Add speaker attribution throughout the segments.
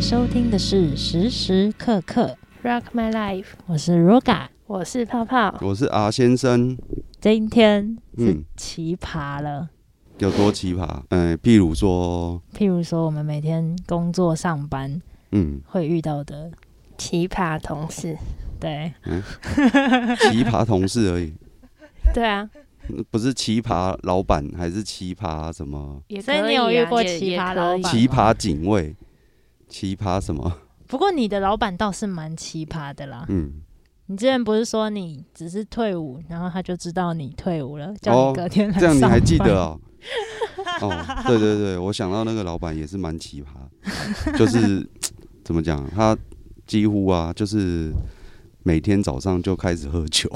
Speaker 1: 收听的是时时刻刻，
Speaker 2: Rock My Life，
Speaker 1: 我是 Roga，
Speaker 2: 我是泡泡。
Speaker 3: 我是 R 先生，
Speaker 1: 今天是
Speaker 3: 嗯
Speaker 1: 奇葩了。
Speaker 3: 有多奇葩？嗯，譬如说，
Speaker 1: 譬如说，我们每天工作上班
Speaker 3: 嗯，
Speaker 1: 会遇到的，
Speaker 2: 奇葩同事，
Speaker 1: 对，
Speaker 3: 奇葩同事而已，
Speaker 2: 对啊，
Speaker 3: 嗯不是奇葩老板，还是奇葩什么？
Speaker 2: 也
Speaker 1: 所以
Speaker 2: 可
Speaker 1: 你有
Speaker 2: 以啊
Speaker 1: 遇过
Speaker 2: 也
Speaker 1: 奇
Speaker 2: 也
Speaker 1: 葩
Speaker 2: 可
Speaker 1: 老
Speaker 2: 以
Speaker 1: 板
Speaker 3: 奇葩警卫，奇葩什么？
Speaker 1: 不过你的老板倒是蛮奇葩的啦。
Speaker 3: 嗯，
Speaker 1: 你之前不是说你只是退伍，然后他就知道你退伍了，叫你
Speaker 3: 哦
Speaker 1: 隔天来
Speaker 3: 这样你
Speaker 1: 上
Speaker 3: 还记
Speaker 1: 班
Speaker 3: 得？哦？哦，对对对，我想到那个老板也是蛮奇葩，就是怎么讲，啊他几乎啊，就是每天早上就开始喝酒，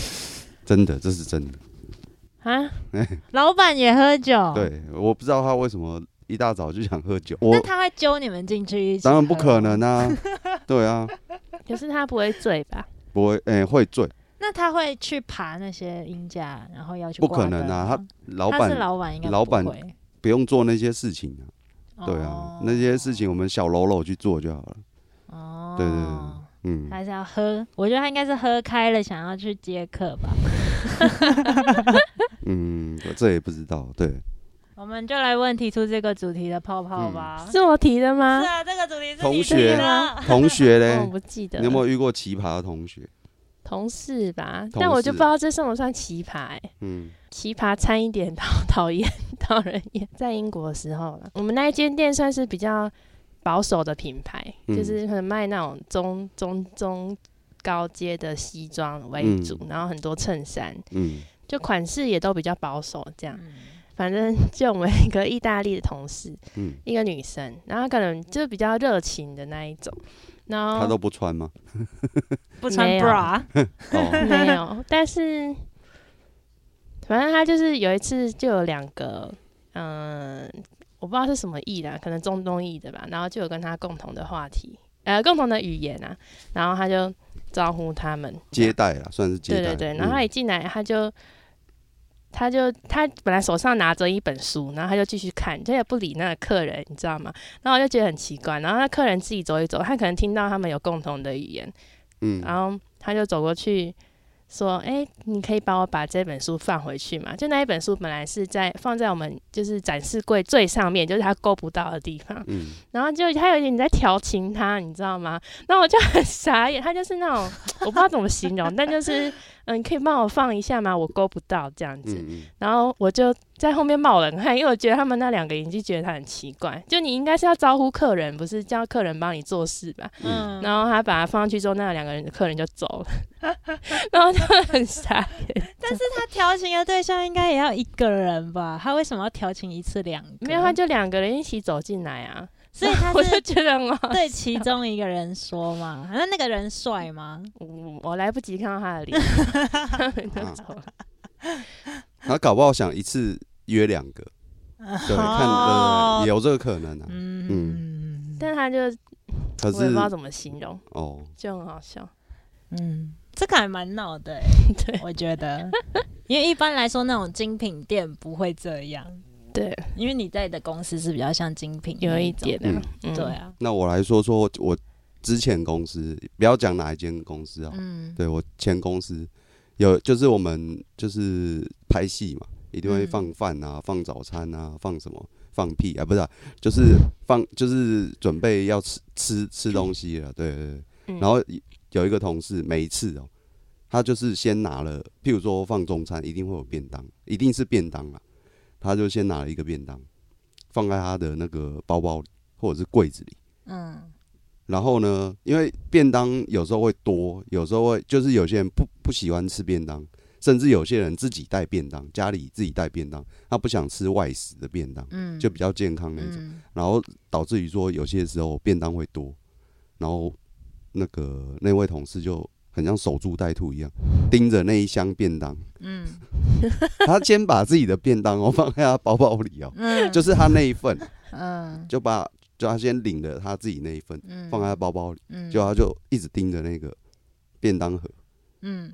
Speaker 3: 真的，这是真的。
Speaker 2: 啊，
Speaker 1: 老板也喝酒，，
Speaker 3: 对，我不知道他为什么一大早就想喝酒，我
Speaker 1: 那他会揪你们进去一起？
Speaker 3: 当然不可。能啊， 对啊，
Speaker 2: 可是他不会醉吧？
Speaker 3: 不会，哎、会醉，
Speaker 1: 那他会去爬那些鹰架，然后要去
Speaker 3: 不
Speaker 1: 挂
Speaker 3: 可能啊
Speaker 1: 钩吗
Speaker 3: 老
Speaker 1: 他是
Speaker 3: 板
Speaker 1: 老板，应该
Speaker 3: 老
Speaker 1: 不
Speaker 3: 板
Speaker 1: 会
Speaker 3: 不用做那些事情啊，对
Speaker 2: 哦
Speaker 3: 啊，那些事情我们小喽喽去做就好了，
Speaker 1: 哦，
Speaker 3: 对对对嗯，
Speaker 1: 他是要喝，我觉得他应该是喝开了，想要去接客吧。
Speaker 3: 嗯，我这也不知道， 对，
Speaker 1: 我们就来问提出这个主题的泡泡吧。
Speaker 2: 是我提的吗
Speaker 1: 是？啊，这个主题是
Speaker 3: 嗯同
Speaker 1: 你啊
Speaker 3: 学
Speaker 1: 提的。
Speaker 3: 同
Speaker 2: 哦
Speaker 3: 学
Speaker 2: 我
Speaker 3: 嘞，
Speaker 2: 不记得
Speaker 3: 哎你有没有遇过奇葩的同学？
Speaker 2: 同事吧？
Speaker 3: 同
Speaker 2: 但我就
Speaker 3: 事
Speaker 2: 不知道这算不算奇葩、欸。
Speaker 3: 嗯，
Speaker 2: 奇葩掺一点讨讨厌讨人厌。在英国的时候啦，我们那一间店算是比较保守的品牌，
Speaker 3: 嗯
Speaker 2: 就是很卖那种中中中高阶的西装为主，然后很多衬衫，
Speaker 3: 嗯，
Speaker 2: 就款式也都比较保守这样。
Speaker 1: 嗯
Speaker 2: 反正 就我们一个意大利的同事，
Speaker 3: 嗯
Speaker 2: 一个女生，然后可能就是比较热情的那一种，然后
Speaker 3: 他都不穿吗？
Speaker 1: 不穿
Speaker 2: 没有
Speaker 1: bra，
Speaker 3: 哦，
Speaker 2: 没有，但是反正他就是有一次就有两个，嗯，我不知道是什么裔啦，可能中东裔的吧，然后就有跟他共同的话题，呃，共同的语言啊，然后他就招呼他们，
Speaker 3: 接待啦，算是接
Speaker 2: 对
Speaker 3: 待，
Speaker 2: 对对，然后他一
Speaker 3: 嗯
Speaker 2: 进来他就。他就他本来手上拿着一本书，然后他就继续看，他也不理那个客人，你知道吗？然后我就觉得很奇怪。然后那客人自己走一走，他可能听到他们有共同的语言，然
Speaker 3: 嗯，
Speaker 2: 后他就走过去说：“哎、你可以帮我把这本书放回去嘛？就那一本书本来是在放在我们就是展示柜最上面，就是他够不到的地方。
Speaker 3: 嗯，
Speaker 2: 然后就他有点你在调情他，你知道吗？那我就很傻眼，他就是那种 我不知道怎么形容，但就是嗯，你可以帮我放一下吗？我够不到这样
Speaker 3: 嗯
Speaker 2: 子。
Speaker 3: 嗯
Speaker 2: 然后我就在后面冒冷汗，因为我觉得他们那两个已经觉得他很奇怪，就你应该是要招呼客人，不是叫客人帮你做事吧？
Speaker 3: 嗯，
Speaker 1: 嗯，
Speaker 2: 然后他把它放上去之后，那两个人的客人就走了， 然后就很傻眼。
Speaker 1: 他调情的对象应该也要一个人吧？他为什么要调情一次两个？
Speaker 2: 没有，他就两个人一起走进来啊，
Speaker 1: 所以他
Speaker 2: 我就是觉得很好
Speaker 1: 对其中一个人说嘛。那那个人帅吗？
Speaker 2: 我我来不及看到他的脸，他们
Speaker 3: 啊
Speaker 2: 就走了。
Speaker 3: 他搞不好想一次约两个，
Speaker 2: 哦
Speaker 1: 哦
Speaker 3: 对，看，对对呃对，有这个可能啊，
Speaker 1: 嗯
Speaker 2: 但他就
Speaker 3: 可
Speaker 2: 我也不知道
Speaker 3: 是
Speaker 2: 怎么形容，
Speaker 3: 哦，
Speaker 2: 就很好笑。
Speaker 1: 嗯，这个还蛮闹的欸、
Speaker 2: 对
Speaker 1: 我觉得，因为一般来说那种精品店不会这样，
Speaker 2: 对，
Speaker 1: 因为你在的公司是比较像精品那
Speaker 2: 有一
Speaker 1: 种
Speaker 2: 点，
Speaker 3: 嗯
Speaker 2: 啊，嗯
Speaker 1: 对，啊，
Speaker 3: 那我来说说我之前公司，不要讲哪一间公司啊，
Speaker 1: 嗯，
Speaker 3: 对我前公司有，就是我们就是拍戏嘛，一定会
Speaker 1: 嗯
Speaker 3: 放饭啊，放早餐啊，放什么放屁啊，不是啊、就是放就是准备要吃吃吃东西了，对对对。
Speaker 2: 嗯
Speaker 3: 然后有一个同事每一次哦、他就是先拿了，譬如说放中餐，一定会有便当，一定是便当啦，他就先拿了一个便当，放在他的那个包包里或者是柜子里。
Speaker 1: 嗯，
Speaker 3: 然后呢，因为便当有时候会多，有时候会就是有些人不不喜欢吃便当，甚至有些人自己带便当，家里自己带便当，他不想吃外食的便当，
Speaker 1: 嗯，
Speaker 3: 就比较健康那种。
Speaker 1: 嗯，
Speaker 3: 然后导致于说有些时候便当会多，然后那个那位同事就很像守株待兔一样，盯着那一箱便 当，
Speaker 1: 嗯
Speaker 3: 他先把自己的便当哦放在他包包里哦，
Speaker 1: 嗯，
Speaker 3: 就是他那一份，
Speaker 1: 嗯
Speaker 3: 就把就他先领了他自己那一份
Speaker 1: 嗯，
Speaker 3: 放在他包包里。
Speaker 1: 嗯，
Speaker 3: 就他就一直盯着那个便当盒，
Speaker 1: 嗯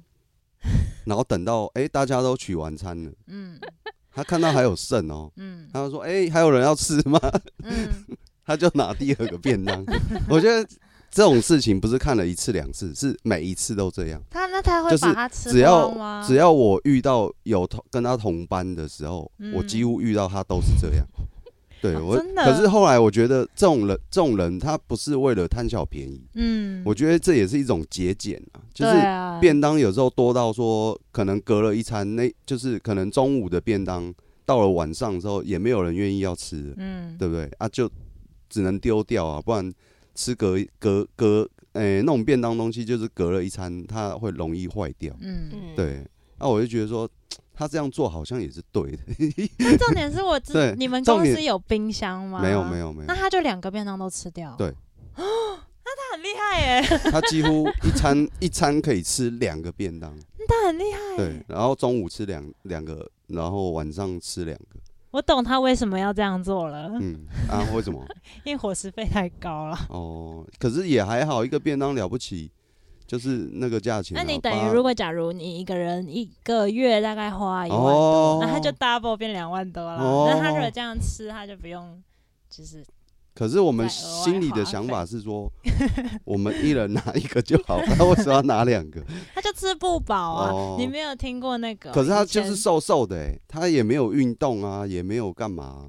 Speaker 3: 然后等到哎、诶大家都取完餐了，
Speaker 1: 嗯
Speaker 3: 他看到还有剩哦、
Speaker 1: 嗯
Speaker 3: 他就说哎、诶还有人要吃吗？
Speaker 1: 嗯，
Speaker 3: 他就拿第二个便当。 我觉得这种事情不是看了一次两次，是每一次都这样。
Speaker 1: 他那他
Speaker 3: 就
Speaker 1: 会
Speaker 3: 是
Speaker 1: 把它吃
Speaker 3: 只
Speaker 1: 光吗
Speaker 3: 要？只要我遇到有同跟他同班的时候，我
Speaker 1: 嗯
Speaker 3: 几乎遇到他都是 这样。对
Speaker 1: 哦
Speaker 3: 我，
Speaker 1: 真的
Speaker 3: 可是后来我觉得这种人，这种人他不是为了贪小便宜，
Speaker 1: 嗯，
Speaker 3: 我觉得这也是一种节俭啊，就是
Speaker 1: 对啊
Speaker 3: 便当有时候多到说，可能隔了一餐，那就是可能中午的便当到了晚上之后，也没有人愿意要吃了，
Speaker 1: 嗯，
Speaker 3: 对不对啊？就只能丢掉啊，不然吃隔隔隔，诶、那种便当东西就是隔了一餐，它会容易坏掉。
Speaker 1: 嗯，
Speaker 2: 嗯，
Speaker 3: 对，那、我就觉得说，他这样做好像也是对的。
Speaker 1: 那重点是我知
Speaker 3: 对
Speaker 1: 你们
Speaker 3: 重
Speaker 1: 公
Speaker 3: 点
Speaker 1: 司有冰箱吗？
Speaker 3: 没有没
Speaker 1: 有，
Speaker 3: 有没有
Speaker 1: 那，他就两个便当都吃掉。
Speaker 3: 嗯对
Speaker 1: 哦， 那他很厉害耶，
Speaker 3: 他几乎一餐 一餐可以吃两个便当，
Speaker 1: 他很 厉害。
Speaker 3: 对，，然后中午吃两两个，然后晚上吃两个，
Speaker 1: 我懂他为什么要这样做了，
Speaker 3: 嗯，啊，为什么？
Speaker 1: 因为伙食费太高了。
Speaker 3: 哦，可是也还好，一个便当了不起，就是那个价钱啊、
Speaker 1: 那你等
Speaker 3: 八
Speaker 1: 于如果假如你一个人一个月大概花一万
Speaker 3: 哦
Speaker 1: 多，那他就 double 变两万多了。
Speaker 3: 哦
Speaker 1: 那他如果这样吃，他就不用就是
Speaker 3: 可是我们
Speaker 1: 再额外
Speaker 3: 心里的
Speaker 1: 花
Speaker 3: 想法是说， 我们一人拿一个就好， 他为什么要拿两个？
Speaker 1: 他就吃不饱啊。
Speaker 3: 哦
Speaker 1: 你没有听过那个？
Speaker 3: 可是他
Speaker 1: 啊以
Speaker 3: 就
Speaker 1: 前
Speaker 3: 是瘦瘦的、欸，他也没有运动啊，也没有干嘛、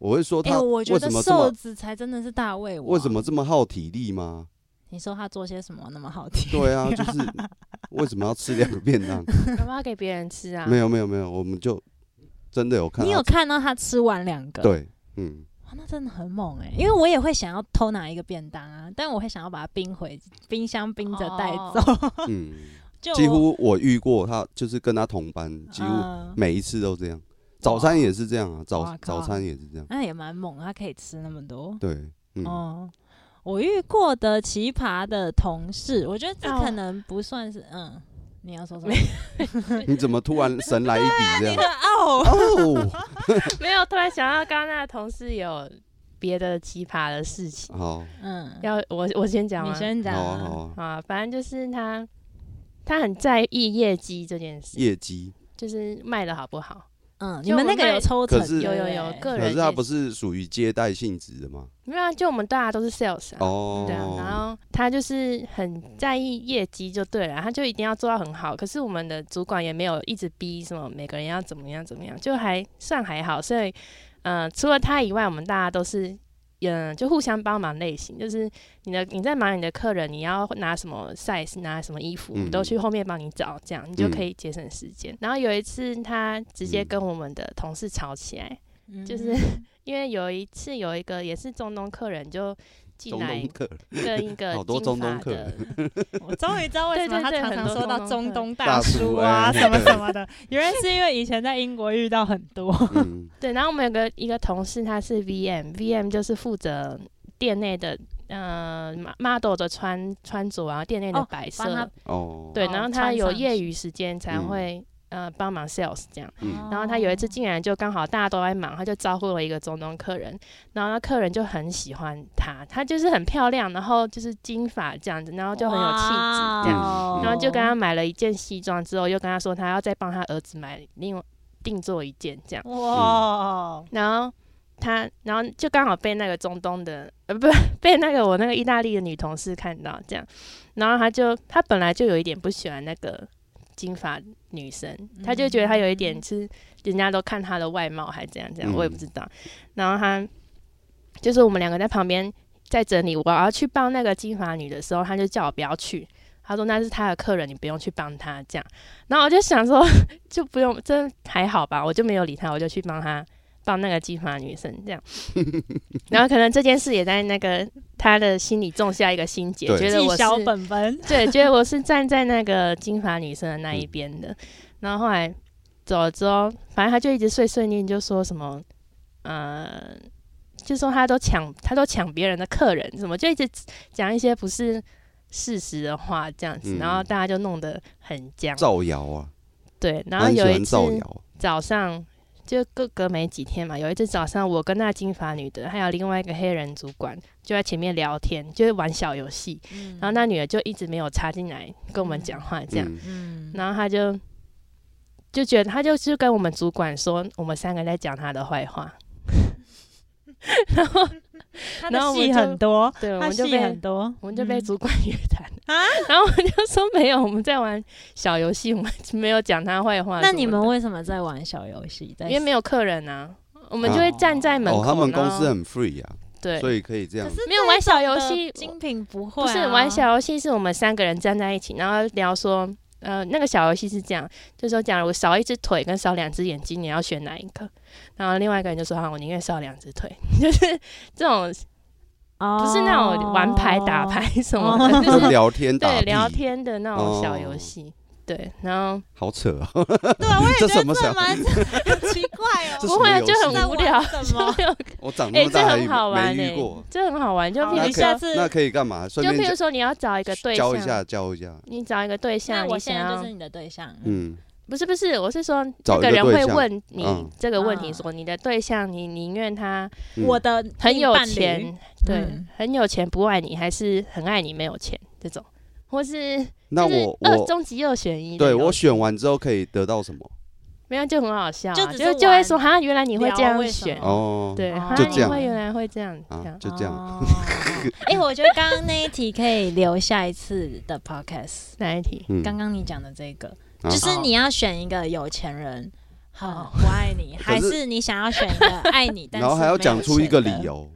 Speaker 3: 我会说
Speaker 1: 哎、
Speaker 3: 他
Speaker 1: 我
Speaker 3: 为
Speaker 1: 觉
Speaker 3: 什
Speaker 1: 得
Speaker 3: 么这
Speaker 1: 瘦
Speaker 3: 么
Speaker 1: 子啊才真的是大胃王。
Speaker 3: 为什么？这么耗体力吗？
Speaker 1: 你说他做些什么那么好听？
Speaker 3: 对啊，就是为什么要吃两个便当？
Speaker 2: 要不要给别人吃啊？
Speaker 3: 没有没有没有，我们就真的有看
Speaker 1: 你
Speaker 3: 他
Speaker 1: 有看到他吃完两个？，
Speaker 3: 对， 嗯，
Speaker 1: 哇，啊那真的很猛哎、因为我也会想要偷拿一个便当啊，但我会想要把它冰回冰箱冰着带走。
Speaker 3: 嗯，
Speaker 1: 哦就
Speaker 3: 几
Speaker 1: 我
Speaker 3: 乎我遇过他，就是跟他同班，几
Speaker 2: 啊
Speaker 3: 乎
Speaker 1: 嗯
Speaker 3: 每一次都这样，早餐也是这样啊，
Speaker 1: 哇
Speaker 3: 早
Speaker 1: 靠
Speaker 3: 早餐也是这样，
Speaker 1: 那也蛮猛，他可以吃那么多。
Speaker 3: 对，嗯，
Speaker 1: 哦，我遇过的奇葩的同事，我觉得这
Speaker 2: 哦
Speaker 1: 可能不算是、嗯。你要说什么？
Speaker 3: 你怎么突然神来一笔 这样？
Speaker 2: 啊
Speaker 1: 哦，
Speaker 3: 哦，
Speaker 2: 没有，突然想到刚刚那个同事有别的奇葩的事情，
Speaker 3: 哦好，啊
Speaker 1: 嗯，
Speaker 2: 要我我先讲
Speaker 1: 你
Speaker 2: 吗？
Speaker 1: 先讲
Speaker 3: 好啊，
Speaker 1: 啊、
Speaker 3: 好啊，
Speaker 2: 啊，反正就是他，他很在意业绩这件事，
Speaker 3: 业绩，
Speaker 2: 就是卖的好不好。
Speaker 1: 嗯，
Speaker 2: 就
Speaker 1: 你们
Speaker 2: 我
Speaker 1: 那
Speaker 2: 们
Speaker 1: 个有
Speaker 2: 那
Speaker 1: 抽
Speaker 3: 可
Speaker 1: 成，
Speaker 3: 是
Speaker 1: 对
Speaker 2: 有
Speaker 1: 不
Speaker 2: 有
Speaker 1: 对
Speaker 2: 有个
Speaker 3: 可
Speaker 2: 人
Speaker 3: 是
Speaker 2: 业
Speaker 3: 它
Speaker 2: 绩
Speaker 3: 不是属于接待性质的吗？
Speaker 2: 没有啊，就我们大家都是 sales 啊。
Speaker 3: 哦，
Speaker 2: 对啊，然后他就是很在意业绩就对了，他就一定要做到很好。可是我们的主管也没有一直逼什么每个人要怎么样怎么样，就还算还好。所以，嗯，除了他以外，我们大家都是，嗯，就互相帮忙类型。就是你的你在忙你的客人，你要拿什么 size，拿什么衣服，我们
Speaker 3: 嗯
Speaker 2: 都去后面帮你找，这样你就可以节省时间。然后有一次，他直接
Speaker 3: 嗯
Speaker 2: 跟我们的同事吵起来，
Speaker 1: 嗯
Speaker 2: 就是因为有一次有一个也是中东客人就。进
Speaker 3: 中
Speaker 2: 来
Speaker 3: 东客
Speaker 2: 跟一个
Speaker 3: 好多
Speaker 2: 金
Speaker 3: 中
Speaker 2: 发
Speaker 3: 东客
Speaker 2: 的，
Speaker 1: 我终于知道为什么他常
Speaker 2: 对对对
Speaker 1: 常
Speaker 2: 很多
Speaker 1: 说到中
Speaker 2: 中
Speaker 1: 东
Speaker 2: 东
Speaker 1: 大叔啊
Speaker 3: 大叔哎
Speaker 1: 什 么什么的，原来是因为以前在英国遇到很多。
Speaker 3: 嗯，
Speaker 2: 对，然后我们有个一个同事，他是 VM，VM 就是负责店内的呃 model 的穿穿着啊，店内的
Speaker 1: 哦
Speaker 2: 摆设，
Speaker 1: 帮他
Speaker 3: 哦，
Speaker 2: 对，
Speaker 1: 哦
Speaker 2: 然后他
Speaker 1: 穿
Speaker 2: 有
Speaker 1: 上
Speaker 2: 业
Speaker 1: 去
Speaker 2: 余时间才
Speaker 3: 嗯
Speaker 2: 会、呃帮忙 sales 这样。
Speaker 3: 嗯
Speaker 2: 然后他有
Speaker 1: 哦
Speaker 2: 一次竟然就刚好大家都在忙，他就招呼了一个中东客人，然后那客人就很喜欢她，她就是很漂亮，然后就是金发这样子，然后就很有气质这样，
Speaker 1: 哇哦
Speaker 2: 然后就跟他买了一件西装之后，又跟他说他要再帮他儿子买另外定做一件这样。
Speaker 1: 哇，
Speaker 2: 然后他，然后就刚好被那个中东的，呃，不， 被那个我那个意大利的女同事看到这样，然后他就他本来就有一点不喜欢那个金发女生，他就觉得他有一点是人家都看他的外貌还怎样怎样，我也不知道。然后他就是我们两个在旁边在整理，我要去帮那个金发女的时候，他就叫我不要去。他说那是他的客人，你不用去帮他这样。然后我就想说，就不用，真还好吧，我就没有理他，我就去帮他帮那个金发女生 这样。然后可能这件事也在那个他的心里种下一个心结，
Speaker 3: 对
Speaker 2: 觉得我
Speaker 1: 记
Speaker 2: 是
Speaker 1: 小本本，
Speaker 2: 对，觉得我是站在那个金发女生的那
Speaker 3: 嗯
Speaker 2: 一边的。然后后来走了之后，反正他就一直碎碎念，就说什么，呃，就说他都抢，他都抢别人的客人，什么就一直讲一些不是事实的话，这样子，
Speaker 3: 嗯
Speaker 2: 然后大家就弄得很僵。
Speaker 3: 造谣啊，
Speaker 2: 对，然
Speaker 3: 他
Speaker 2: 后
Speaker 3: 很喜
Speaker 2: 有一
Speaker 3: 欢
Speaker 2: 次
Speaker 3: 造谣，嗯
Speaker 2: 早上。就隔隔没几天嘛，有一次早上，我跟那金发女的，还有另外一个黑人主管，就在前面聊天，就是玩小游戏。
Speaker 1: 嗯
Speaker 2: 然后那女的就一直没有插进来跟我们讲话，这样。
Speaker 3: 嗯
Speaker 1: 嗯
Speaker 2: 然后他就就觉得他就是跟 我们主管说，我们三个在讲他的坏话。然后
Speaker 1: 他
Speaker 2: 然
Speaker 1: 的
Speaker 2: 后我们
Speaker 1: 戏
Speaker 2: 就
Speaker 1: 很多，
Speaker 2: 对，我
Speaker 1: 他
Speaker 2: 们就
Speaker 1: 戏
Speaker 2: 被
Speaker 1: 很多，
Speaker 2: 我们就被
Speaker 1: 嗯
Speaker 2: 主管约谈
Speaker 1: 啊，
Speaker 2: 然后我就说没有，我们在玩小游戏，我们没有讲他坏话什么的。
Speaker 1: 那你们为什么在玩小游戏？在
Speaker 2: 因为没有客人啊，我们就会站在门口。
Speaker 3: 哦，他们
Speaker 2: 然
Speaker 3: 公
Speaker 2: 后
Speaker 3: 司很 free 啊，
Speaker 2: 对，
Speaker 3: 所以可以这样
Speaker 1: 可。是
Speaker 2: 没有玩小游
Speaker 1: 这
Speaker 2: 戏
Speaker 1: 种的精品不会、啊，
Speaker 2: 不是玩小游戏，是我们三个人站在一起，然后聊说，呃，那个小游戏是这样，就是说，假如少一只腿跟少两只眼睛，你要选哪一个？然后另外一个人就说，啊，我宁愿少两只腿， 就是这种，
Speaker 1: 哦，
Speaker 2: 不是那种玩牌、打牌什么的，就
Speaker 3: 就是聊天打
Speaker 2: 对
Speaker 3: 屁哦
Speaker 2: 聊，天的那种小游戏。对，然后
Speaker 3: 好扯啊！
Speaker 1: 对啊，我也
Speaker 3: 这
Speaker 1: 觉
Speaker 3: 什
Speaker 1: 得
Speaker 3: 么
Speaker 1: 这
Speaker 3: 想
Speaker 1: 蛮奇怪哦
Speaker 3: 这。
Speaker 2: 不会啊
Speaker 3: 什么游
Speaker 2: 就
Speaker 3: 戏
Speaker 2: 很无聊，
Speaker 1: 在玩什
Speaker 2: 就
Speaker 1: 么
Speaker 2: 没有，
Speaker 3: 我长
Speaker 2: 哎、
Speaker 3: 那么
Speaker 2: 这
Speaker 3: 大还
Speaker 2: 很好玩
Speaker 3: 没
Speaker 2: 哎、
Speaker 3: 遇过，
Speaker 2: 这很好玩，就
Speaker 1: 好
Speaker 2: 譬
Speaker 3: 那
Speaker 2: 如
Speaker 3: 可以
Speaker 1: 下
Speaker 2: 说，
Speaker 1: 次
Speaker 3: 那可以干嘛？
Speaker 2: 就
Speaker 3: 顺便
Speaker 2: 譬如说你要找一个对
Speaker 3: 教
Speaker 2: 象，
Speaker 3: 一下，教一下。
Speaker 2: 你找一个对
Speaker 1: 那
Speaker 2: 象，
Speaker 1: 我
Speaker 2: 你
Speaker 1: 现
Speaker 2: 想
Speaker 1: 在
Speaker 2: 要
Speaker 1: 就是你的对象，嗯，
Speaker 3: 嗯，
Speaker 2: 不是不是，我是说
Speaker 3: 找
Speaker 2: 这
Speaker 3: 一个
Speaker 2: 人会
Speaker 3: 对象
Speaker 2: 问你
Speaker 3: 嗯
Speaker 2: 这个问题，
Speaker 1: 嗯
Speaker 2: 说你的对象，你宁愿他
Speaker 3: 嗯
Speaker 1: 我的
Speaker 2: 很
Speaker 1: 另一
Speaker 2: 有
Speaker 1: 半侣
Speaker 2: 钱，对
Speaker 1: 嗯，
Speaker 2: 很有钱不爱你，还是很爱你没有钱这种，或是
Speaker 3: 那
Speaker 2: 就是
Speaker 3: 我
Speaker 2: 二
Speaker 3: 我
Speaker 2: 终极二选一的
Speaker 3: 对
Speaker 2: 游戏，
Speaker 3: 我选完之后可以得到什么？
Speaker 2: 没有就很好笑啊，
Speaker 1: 就只
Speaker 2: 就是就会
Speaker 1: 玩
Speaker 2: 说哈，原来你会
Speaker 1: 聊啊
Speaker 2: 这样
Speaker 1: 为什
Speaker 2: 选，
Speaker 1: 么
Speaker 3: 哦，
Speaker 2: 对，哈，
Speaker 3: 就
Speaker 2: 你
Speaker 3: 这样
Speaker 2: 会原来会这样，这
Speaker 3: 啊
Speaker 2: 样，
Speaker 3: 就这样。
Speaker 1: 哦。哎、我觉得刚刚那一题可以留下一次的 podcast。
Speaker 2: 哪一题？
Speaker 3: 嗯
Speaker 1: 刚刚你讲的这个，
Speaker 3: 啊
Speaker 1: 就是你要选一个有钱人，很不爱你，
Speaker 3: 可
Speaker 1: 还
Speaker 3: 是
Speaker 1: 是你想要选一个爱 你，但
Speaker 3: 然
Speaker 1: 是
Speaker 3: 后还要
Speaker 1: 没有
Speaker 3: 讲出一个理
Speaker 1: 钱的，
Speaker 3: 由，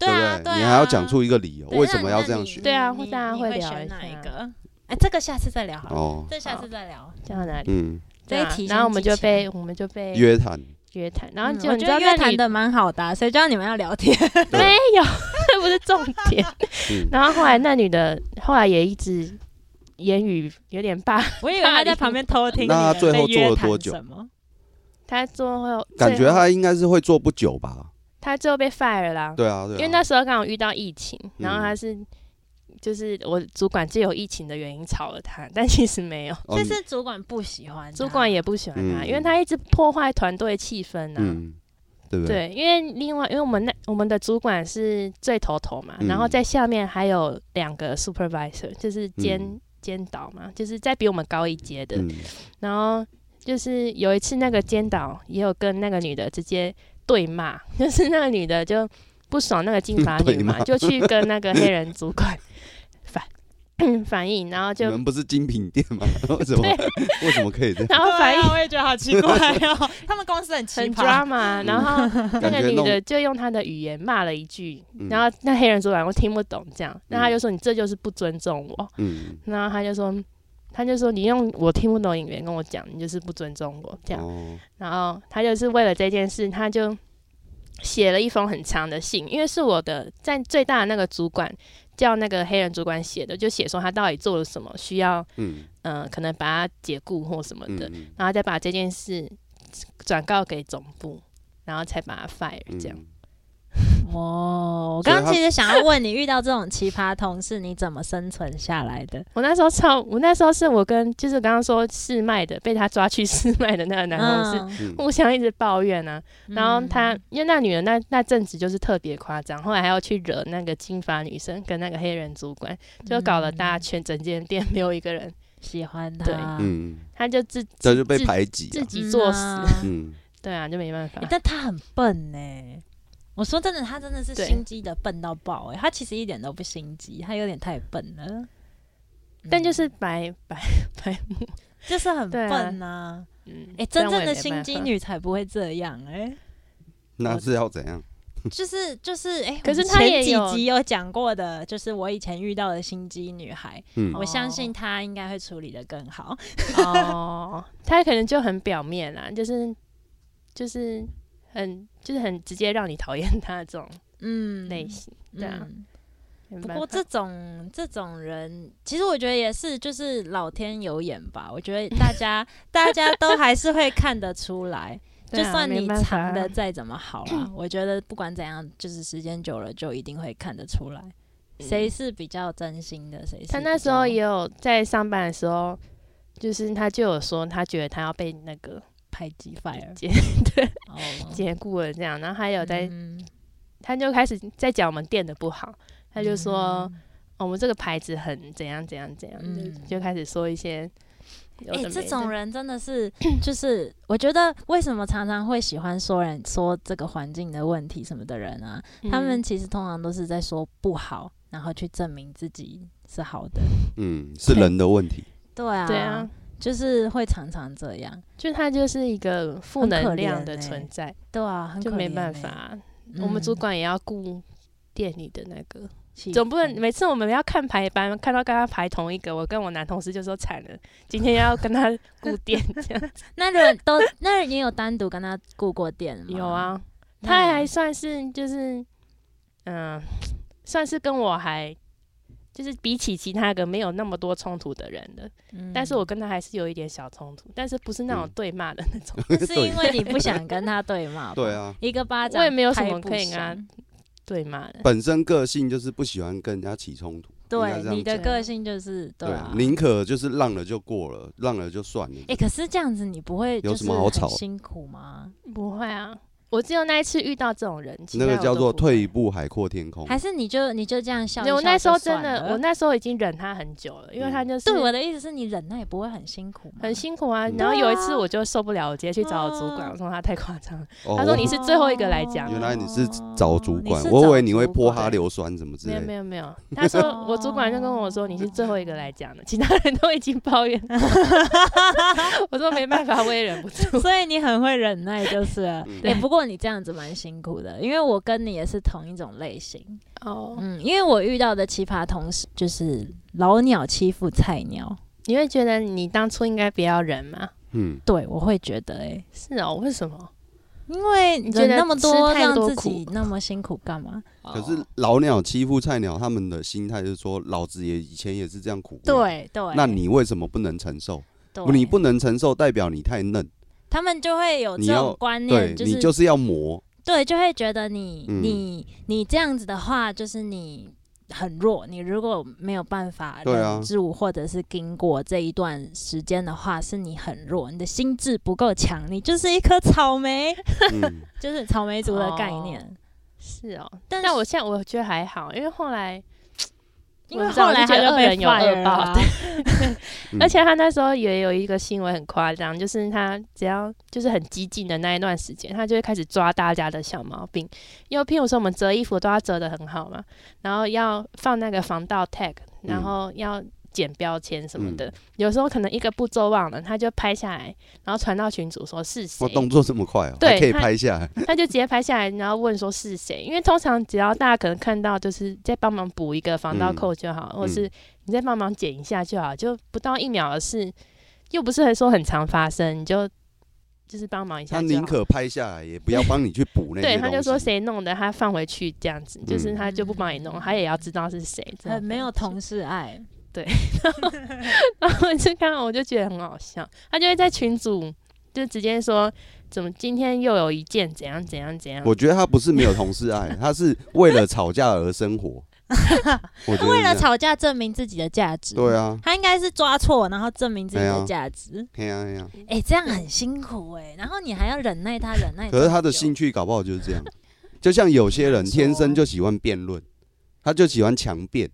Speaker 1: 对啊，
Speaker 3: 不
Speaker 1: 对
Speaker 3: 对？
Speaker 1: 啊
Speaker 3: 你还要讲出一个理由，
Speaker 1: 对
Speaker 3: 为
Speaker 1: 那
Speaker 3: 什么要这
Speaker 1: 那
Speaker 3: 样
Speaker 1: 你
Speaker 3: 选？
Speaker 2: 对啊
Speaker 1: 你
Speaker 2: 或大家
Speaker 1: 你
Speaker 2: 会
Speaker 1: 会
Speaker 2: 聊
Speaker 1: 选
Speaker 2: 一
Speaker 1: 哪
Speaker 2: 下
Speaker 1: 一个？哎，这个下次再聊好了，
Speaker 3: 哦，
Speaker 1: 这下次再聊。
Speaker 2: 讲到哪里？啊
Speaker 3: 嗯，
Speaker 1: 这一题
Speaker 2: 然后我们
Speaker 1: 先
Speaker 2: 就
Speaker 1: 记起来
Speaker 2: 被我们就被
Speaker 3: 约谈，
Speaker 2: 约谈，然后
Speaker 1: 嗯
Speaker 2: 就
Speaker 1: 我
Speaker 2: 你
Speaker 1: 觉
Speaker 2: 知道
Speaker 1: 得
Speaker 2: 在
Speaker 1: 约
Speaker 2: 你
Speaker 1: 谈的蛮好的啊、谁叫你们要聊 天？
Speaker 2: 没有，这不是重点。
Speaker 3: 嗯，
Speaker 2: 然后后来那女的后来也一直言语有点霸，
Speaker 1: 我以为他在旁边偷听你
Speaker 3: 那
Speaker 1: 们
Speaker 3: 他最
Speaker 1: 在
Speaker 3: 后做
Speaker 1: 约
Speaker 3: 了
Speaker 1: 谈
Speaker 3: 多久
Speaker 1: 什么
Speaker 2: 她最后
Speaker 3: 感觉
Speaker 2: 最后
Speaker 3: 他应该是会做不久吧？
Speaker 2: 她最后被 fire 了啦，
Speaker 3: 对啊，对
Speaker 2: 因
Speaker 3: 啊，嗯
Speaker 2: 为那时候刚好遇到疫情，然后她是。就是我主管借由疫情的原因炒了她，但其实没有，
Speaker 3: 哦
Speaker 1: 但是主管不喜欢啊他，
Speaker 2: 主管也不喜欢她，
Speaker 3: 嗯
Speaker 2: 因为她一直破坏团队气氛啊呐、
Speaker 3: 嗯，对不对？
Speaker 2: 对，因为另外，因为我们那我们的主管是最头头嘛，
Speaker 3: 嗯
Speaker 2: 然后在下面还有两个 supervisor，就是监、
Speaker 3: 嗯
Speaker 2: 监导嘛，就是在比我们高一阶的。
Speaker 3: 嗯，
Speaker 2: 然后就是有一次那个监导也有跟那个女的直接对骂， 就是那个女的就不爽那个金发
Speaker 3: 对
Speaker 2: 女嘛，
Speaker 3: 骂
Speaker 2: 就去跟那个黑人主 管反 反映，然后
Speaker 3: 你
Speaker 2: 就
Speaker 3: 们不是精品店吗？ 为什么
Speaker 2: 对
Speaker 3: 为什么可以这样？
Speaker 2: 然后反映
Speaker 1: 我也觉啊得好奇怪哦， 他们公司很
Speaker 2: 很。drama，然后那
Speaker 3: 感
Speaker 2: 个
Speaker 3: 觉
Speaker 2: 女
Speaker 3: 弄
Speaker 2: 的就用她的语言骂了一句，
Speaker 3: 嗯
Speaker 2: 然后那黑人主管我听不懂这样，那他就说你这就是不尊重我，
Speaker 3: 嗯，
Speaker 2: 然后他就说他就说你用我听不懂的语言跟我讲，你就是不尊重我这样，
Speaker 3: 哦，
Speaker 2: 然后他就是为了这件事，他就写了一封很长的信，因为是我的在最大的那个主管叫那个黑人主管写的，就写说他到底做了什么需要，
Speaker 3: 嗯
Speaker 2: 嗯、可能把他解雇或什么
Speaker 3: 嗯
Speaker 2: 的，
Speaker 3: 嗯，
Speaker 2: 然后再把这件事转告给总部，然后才把他 fire 这样。
Speaker 3: 嗯
Speaker 1: 哦，我
Speaker 3: 所以
Speaker 1: 刚
Speaker 3: 他
Speaker 1: 刚其实想要问你，遇到这种奇葩同事，你怎么生存下来的？
Speaker 2: 我那时候超，我那时候是我跟就是刚刚说试麦的被他抓去试麦的那个男同事。
Speaker 1: 事，
Speaker 3: 嗯
Speaker 2: 互相一直抱怨啊，然后他、
Speaker 1: 嗯
Speaker 2: 因为那女人那那阵子就是特别夸张，后来还要去惹那个金发女生跟那个黑人主管，就搞得大家全整间店没有一个人，
Speaker 1: 喜欢他，
Speaker 2: 对
Speaker 3: 嗯，
Speaker 2: 他就自
Speaker 3: 这就被排挤
Speaker 2: 自
Speaker 3: 啊，
Speaker 2: 己作死，
Speaker 1: 嗯啊
Speaker 3: 嗯，
Speaker 2: 对啊，就没办法
Speaker 1: 欸。但他很笨呢、我说真的，他真的是
Speaker 2: 对
Speaker 1: 心机的笨到爆哎、他其实一点都不心机，他有点太笨了。嗯
Speaker 2: 但就是白白白目，
Speaker 1: 就是很
Speaker 2: 对啊
Speaker 1: 笨呐、
Speaker 2: 嗯，
Speaker 1: 哎、
Speaker 2: 这
Speaker 1: 真
Speaker 2: 样我
Speaker 1: 正
Speaker 2: 也
Speaker 1: 的
Speaker 2: 没
Speaker 1: 心
Speaker 2: 办
Speaker 1: 机
Speaker 2: 法，
Speaker 1: 女才不会这样 哎、
Speaker 3: 那是要怎样？
Speaker 1: 就是就是哎、
Speaker 2: 可是
Speaker 1: 我们
Speaker 2: 她也
Speaker 1: 前
Speaker 2: 有
Speaker 1: 几集有讲过的，就是我以前遇到的心机女孩，
Speaker 3: 嗯
Speaker 1: 我相信她应该会处理的更好。
Speaker 2: 嗯哦，他可能就很表面啦，就是就是很就是很直接让你讨厌他这种
Speaker 1: 嗯，
Speaker 2: 类型。对啊
Speaker 1: 嗯
Speaker 2: 没
Speaker 1: 不
Speaker 2: 办
Speaker 1: 过
Speaker 2: 法
Speaker 1: 这种这种人，其实我觉得也是，就是老天有眼吧。我觉得大 家大家都还是会看得出来，
Speaker 2: 对
Speaker 1: 就
Speaker 2: 啊
Speaker 1: 算
Speaker 2: 没
Speaker 1: 你
Speaker 2: 办法
Speaker 1: 藏的再怎么好 啦，我觉得不管怎样，就是时间久了就一定会看得出来，谁是比较真心的，谁是
Speaker 2: 他
Speaker 1: 比
Speaker 2: 那时候
Speaker 1: 较
Speaker 2: 也有在上班的时候，就是他就有说，他觉得他要被那 个
Speaker 1: 排挤 fire
Speaker 2: 解
Speaker 1: 哦，
Speaker 2: 解雇了这样，然后他有在，
Speaker 1: 嗯
Speaker 2: 他就开始在讲我们店的不好，他就说、哦我们这个牌子很怎样怎样怎样，
Speaker 1: 嗯
Speaker 2: 就就开始说一些有
Speaker 1: 哎、
Speaker 2: 的
Speaker 1: 这
Speaker 2: 没
Speaker 1: 种
Speaker 2: 的
Speaker 1: 人真的是，就是我觉得为什么常常会喜欢说人说这个环境的问题什么的人啊，他们
Speaker 2: 嗯
Speaker 1: 其实通常都是在说不好，然后去证明自己是好的。
Speaker 3: 嗯，是人的问题。
Speaker 1: 对啊，
Speaker 2: 对啊，，
Speaker 1: 就是会常常这样。
Speaker 2: 就他就是一个负
Speaker 1: 很可
Speaker 2: 能量
Speaker 1: 怜
Speaker 2: 的
Speaker 1: 欸
Speaker 2: 存在，
Speaker 1: 对啊，很
Speaker 2: 就
Speaker 1: 可
Speaker 2: 没
Speaker 1: 怜
Speaker 2: 办
Speaker 1: 欸
Speaker 2: 法、。我们主
Speaker 1: 嗯
Speaker 2: 管也要顾店里的那个，
Speaker 1: 气
Speaker 2: 总不能
Speaker 1: 氛
Speaker 2: 每次我们要看排班，看到跟他排同一个，我跟我男同事就说惨了，今天要跟他顾店这 样。
Speaker 1: 那人都那你有单独跟他顾过店吗？
Speaker 2: 有，啊，
Speaker 1: 那
Speaker 2: 他还
Speaker 1: 你
Speaker 2: 算是就是，嗯、算是跟我还就是比起其他个没有那么多冲突的人了，
Speaker 1: 嗯
Speaker 2: 但是我跟他还是有一点小冲突，但是不是那种
Speaker 3: 嗯
Speaker 2: 对骂的那 种
Speaker 1: 那是因为 你不想跟他对骂吧。
Speaker 3: 对啊，
Speaker 1: 一个巴掌，
Speaker 2: 我也没有什么可以跟他。对骂的。
Speaker 3: 本身个性就是不喜欢跟人家起冲突。应该
Speaker 1: 对，
Speaker 3: 这样
Speaker 1: 你的
Speaker 2: 讲
Speaker 1: 个性就是对
Speaker 3: 对啊
Speaker 1: 啊，。
Speaker 3: 宁可就是让了就过了，让了就算了。
Speaker 1: 哎，可是这样子你不会
Speaker 3: 有
Speaker 1: 就是
Speaker 3: 什么好吵
Speaker 1: 很辛苦吗？
Speaker 2: 不会啊，我只有那一次遇到这种人，其
Speaker 3: 那
Speaker 2: 他
Speaker 3: 个
Speaker 2: 我
Speaker 3: 叫
Speaker 2: 都
Speaker 3: 做
Speaker 2: 不
Speaker 3: 退
Speaker 2: 会。
Speaker 3: 一步海阔天空。
Speaker 1: 还是你就你就这样笑一
Speaker 2: 对
Speaker 1: 笑
Speaker 2: 我那时候
Speaker 1: 就算
Speaker 2: 真的，
Speaker 1: 了
Speaker 2: 我那时候已经忍他很久了，因为他就是
Speaker 1: 对我的意思是你忍耐不会很辛苦吗？
Speaker 2: 很辛苦啊。
Speaker 3: 嗯
Speaker 2: 然后有一次
Speaker 1: 对啊
Speaker 2: 我就受不了，我直接去找我主管，
Speaker 1: 嗯
Speaker 2: 我说他太夸张了。
Speaker 3: 哦
Speaker 2: 他说你是最后一个来讲
Speaker 3: 原来你是
Speaker 1: 哦
Speaker 3: 找主管，
Speaker 1: 你是
Speaker 3: 我以
Speaker 1: 找
Speaker 3: 为你会
Speaker 1: 主
Speaker 3: 泼
Speaker 1: 管
Speaker 3: 他硫酸什么之
Speaker 2: 没有
Speaker 3: 类的
Speaker 2: 没。有没有，他说我主管就跟我说你是最后一个来讲的，其他人都已经抱怨了。 我说没办法，我也忍 不住。
Speaker 1: 所以你很会忍耐，就是了。
Speaker 3: 嗯
Speaker 1: 哎、不过你这样子蛮辛苦的，因为我跟你也是同一种类型。
Speaker 2: 哦，
Speaker 1: 嗯，因为我遇到的奇葩同事就是老鸟欺负菜鸟，
Speaker 2: 你会觉得你当初应该不要忍吗？
Speaker 3: 嗯，
Speaker 1: 对我会觉得哎、
Speaker 2: 是哦，为什么？
Speaker 1: 因为
Speaker 2: 你觉
Speaker 1: 忍
Speaker 2: 得
Speaker 1: 那么多，
Speaker 2: 吃太
Speaker 1: 让
Speaker 2: 多
Speaker 1: 自己那么辛苦干嘛？
Speaker 3: 可是老鸟欺负菜鸟，他们的心态是说，老子也以前也是这样苦过。
Speaker 1: 对对，
Speaker 3: 那你为什么不能承受？
Speaker 1: 对
Speaker 3: 你不能承受，代表你太嫩。
Speaker 1: 他们就会有
Speaker 3: 你
Speaker 1: 这
Speaker 3: 要
Speaker 1: 种观
Speaker 3: 对
Speaker 1: 念，
Speaker 3: 你就是要磨。
Speaker 1: 对，就会觉得你、
Speaker 3: 嗯
Speaker 1: 你你这样子的话，就是你很弱。你如果没有办法
Speaker 3: 对啊
Speaker 1: 忍住，或者是经过这一段时间的话，是你很弱，你的心智不够强，你就是一颗草莓，
Speaker 3: 嗯，
Speaker 1: 就是草莓族的概念。
Speaker 2: 是哦，
Speaker 1: 但
Speaker 2: 但
Speaker 1: 是
Speaker 2: 我现在我觉得还好，因为后来
Speaker 1: 因为
Speaker 2: 我知道
Speaker 1: 后来
Speaker 2: 我就
Speaker 1: 他
Speaker 2: 觉得
Speaker 1: 就
Speaker 2: 恶
Speaker 1: 被
Speaker 2: 人有恶
Speaker 1: fire 了
Speaker 2: 报
Speaker 1: 啊，
Speaker 3: 嗯
Speaker 2: 而且他那时候也有一个新闻很夸张，就是他只要就是很激进的那一段时间，他就会开始抓大家的小毛病。因为譬如说我们折衣服都要折得很好嘛，然后要放那个防盗 tag，然
Speaker 3: 嗯
Speaker 2: 后要剪标签什么的。有时候可能一个步骤忘了，他就拍下来，然后传到群组说是谁
Speaker 3: 我，动作这么快哦，
Speaker 2: 对
Speaker 3: 还可以
Speaker 2: 他
Speaker 3: 拍下来。
Speaker 2: 他就直接拍下来，然后问说是谁。因为通常只要大家可能看到，就是再帮忙补一个防盗扣就
Speaker 3: 嗯
Speaker 2: 好，或是你再帮忙剪一下就好，就不到一秒的事，又不是说很常发生，你就就是帮忙一下
Speaker 3: 他
Speaker 2: 就好。
Speaker 3: 宁可拍下来，也不要帮你去补那些
Speaker 2: 对，
Speaker 3: 东
Speaker 2: 他就
Speaker 3: 西
Speaker 2: 说谁弄的，他放回去这样子，就是
Speaker 3: 嗯
Speaker 2: 他就不帮你弄，他也要知道是谁。这种
Speaker 1: 很没有
Speaker 2: 感 觉
Speaker 1: 同事爱。
Speaker 2: 然后我就看到我就觉得很好笑，他就会在群组就直接说怎么今天又有一件怎样怎样怎样。
Speaker 3: 我觉得他不是没有同事爱，他是为了吵架而生活。我觉得
Speaker 1: 为了
Speaker 3: 是这样，
Speaker 1: 吵架证明自己的价值，
Speaker 3: 啊对，啊，
Speaker 1: 他应该是抓错，然后证明自己
Speaker 3: 哎呀
Speaker 1: 的价值。
Speaker 3: 嘿呀嘿呀。啊
Speaker 1: 哎、这样很辛苦哎、然后你还要忍耐他，忍耐。
Speaker 3: 嗯可是他的兴，趣搞不好就是这样，就像有些人天生就喜欢辩论，他就喜欢强辩，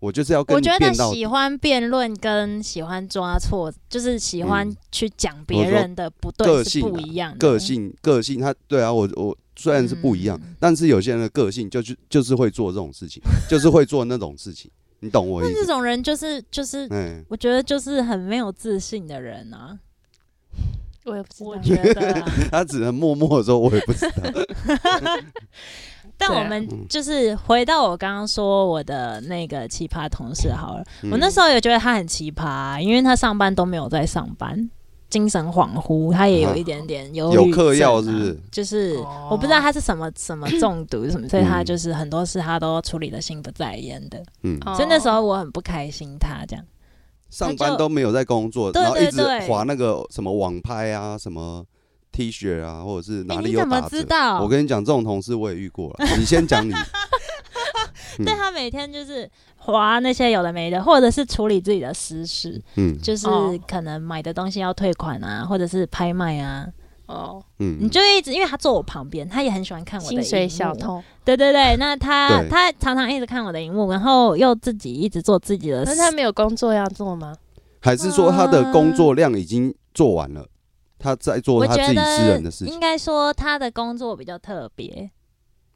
Speaker 3: 我就是要跟
Speaker 1: 我
Speaker 3: 你
Speaker 1: 觉得
Speaker 3: 辩到
Speaker 1: 喜欢辩论跟喜欢抓错，就是喜欢
Speaker 3: 嗯
Speaker 1: 去讲
Speaker 3: 我
Speaker 1: 别
Speaker 3: 说
Speaker 1: 人的不
Speaker 3: 个
Speaker 1: 对是
Speaker 3: 性
Speaker 1: 不
Speaker 3: 啊
Speaker 1: 一样的。
Speaker 3: 个性，个性他对啊，我我虽然是不一样
Speaker 1: 哦嗯，
Speaker 3: 但是有些人的个性就是就是会做这种事情， 就是会做那种事情，你懂我意
Speaker 1: 这
Speaker 3: 思？
Speaker 1: 种人就是就是，
Speaker 3: 嗯，
Speaker 1: 我觉得就是很没有自信的人啊。
Speaker 2: 我也不知道
Speaker 1: 我，觉 得啊，
Speaker 3: 他只能默默的说，我也不知道。
Speaker 1: 但
Speaker 2: 对啊
Speaker 1: 我
Speaker 3: 嗯
Speaker 1: 们就是回到我刚刚说我的那个奇葩同事好了，
Speaker 3: 嗯
Speaker 1: 我那时候也觉得他很奇葩啊、因为他上班都没有在上班，精神恍惚，他也有一点点忧郁
Speaker 3: 嗯有
Speaker 1: 症啊
Speaker 3: 嗑药是不是？
Speaker 1: 就是
Speaker 2: 哦
Speaker 1: 我不知道他是什么什么中毒什么，所以他
Speaker 3: 嗯
Speaker 1: 就是很多事他都处理的心不在焉的，
Speaker 3: 嗯，
Speaker 2: 哦
Speaker 1: 所以那时候我很不开心他这样。
Speaker 3: 上
Speaker 1: 他
Speaker 3: 班
Speaker 1: 就
Speaker 3: 都没有在工作，
Speaker 1: 对
Speaker 3: 然后一
Speaker 1: 对
Speaker 3: 直
Speaker 1: 对
Speaker 3: 划那个什么网拍啊，什么 T 恤啊，或者是
Speaker 1: 哎、
Speaker 3: 哪里
Speaker 1: 你
Speaker 3: 有
Speaker 1: 怎
Speaker 3: 打
Speaker 1: 么
Speaker 3: 折
Speaker 1: 知。道？
Speaker 3: 我跟你讲，这种同事我也遇过了。 你先讲你，嗯
Speaker 1: 对啊他每天就是划那些有的没的，或者是处理自己的私事，
Speaker 3: 嗯
Speaker 1: 就是
Speaker 2: 哦
Speaker 1: 可能买的东西要退款啊，或者是拍卖啊，
Speaker 2: 哦，
Speaker 3: 嗯，
Speaker 1: 你就一直因为他坐我旁边，他也很喜欢看我的
Speaker 2: 薪
Speaker 1: 荧
Speaker 2: 水
Speaker 1: 幕
Speaker 2: 小，偷。
Speaker 1: 对对对，那他
Speaker 3: 对
Speaker 1: 他常常一直看我的荧幕，然后又自己一直做自己的
Speaker 2: 可是
Speaker 1: 事，
Speaker 2: 他没有工作要做吗？
Speaker 3: 还是说他的工作量已经做完了，他在做
Speaker 1: 我
Speaker 3: 他
Speaker 1: 觉
Speaker 3: 自己私
Speaker 1: 得
Speaker 3: 人的事情
Speaker 1: 应？该说他的工作比较特别，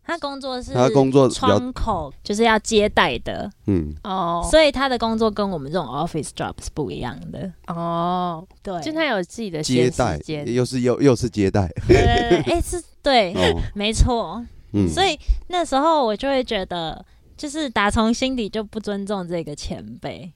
Speaker 1: 他工作是
Speaker 3: 他工作比较
Speaker 1: 窗口，就是要接待的，
Speaker 3: 嗯，
Speaker 2: 哦
Speaker 1: 所以他的工作跟我们这种 office job 是不一样的。
Speaker 2: 哦，
Speaker 1: 对，
Speaker 2: 就他有自己的
Speaker 3: 接
Speaker 2: 闲
Speaker 3: 待
Speaker 2: 时间，
Speaker 3: 又是又又是接 待
Speaker 1: 对 对对，哎、是对，
Speaker 3: 哦，
Speaker 1: 没错。
Speaker 3: 嗯，
Speaker 1: 所以那时候我就会觉得，就是打从心底就不尊重这个前辈。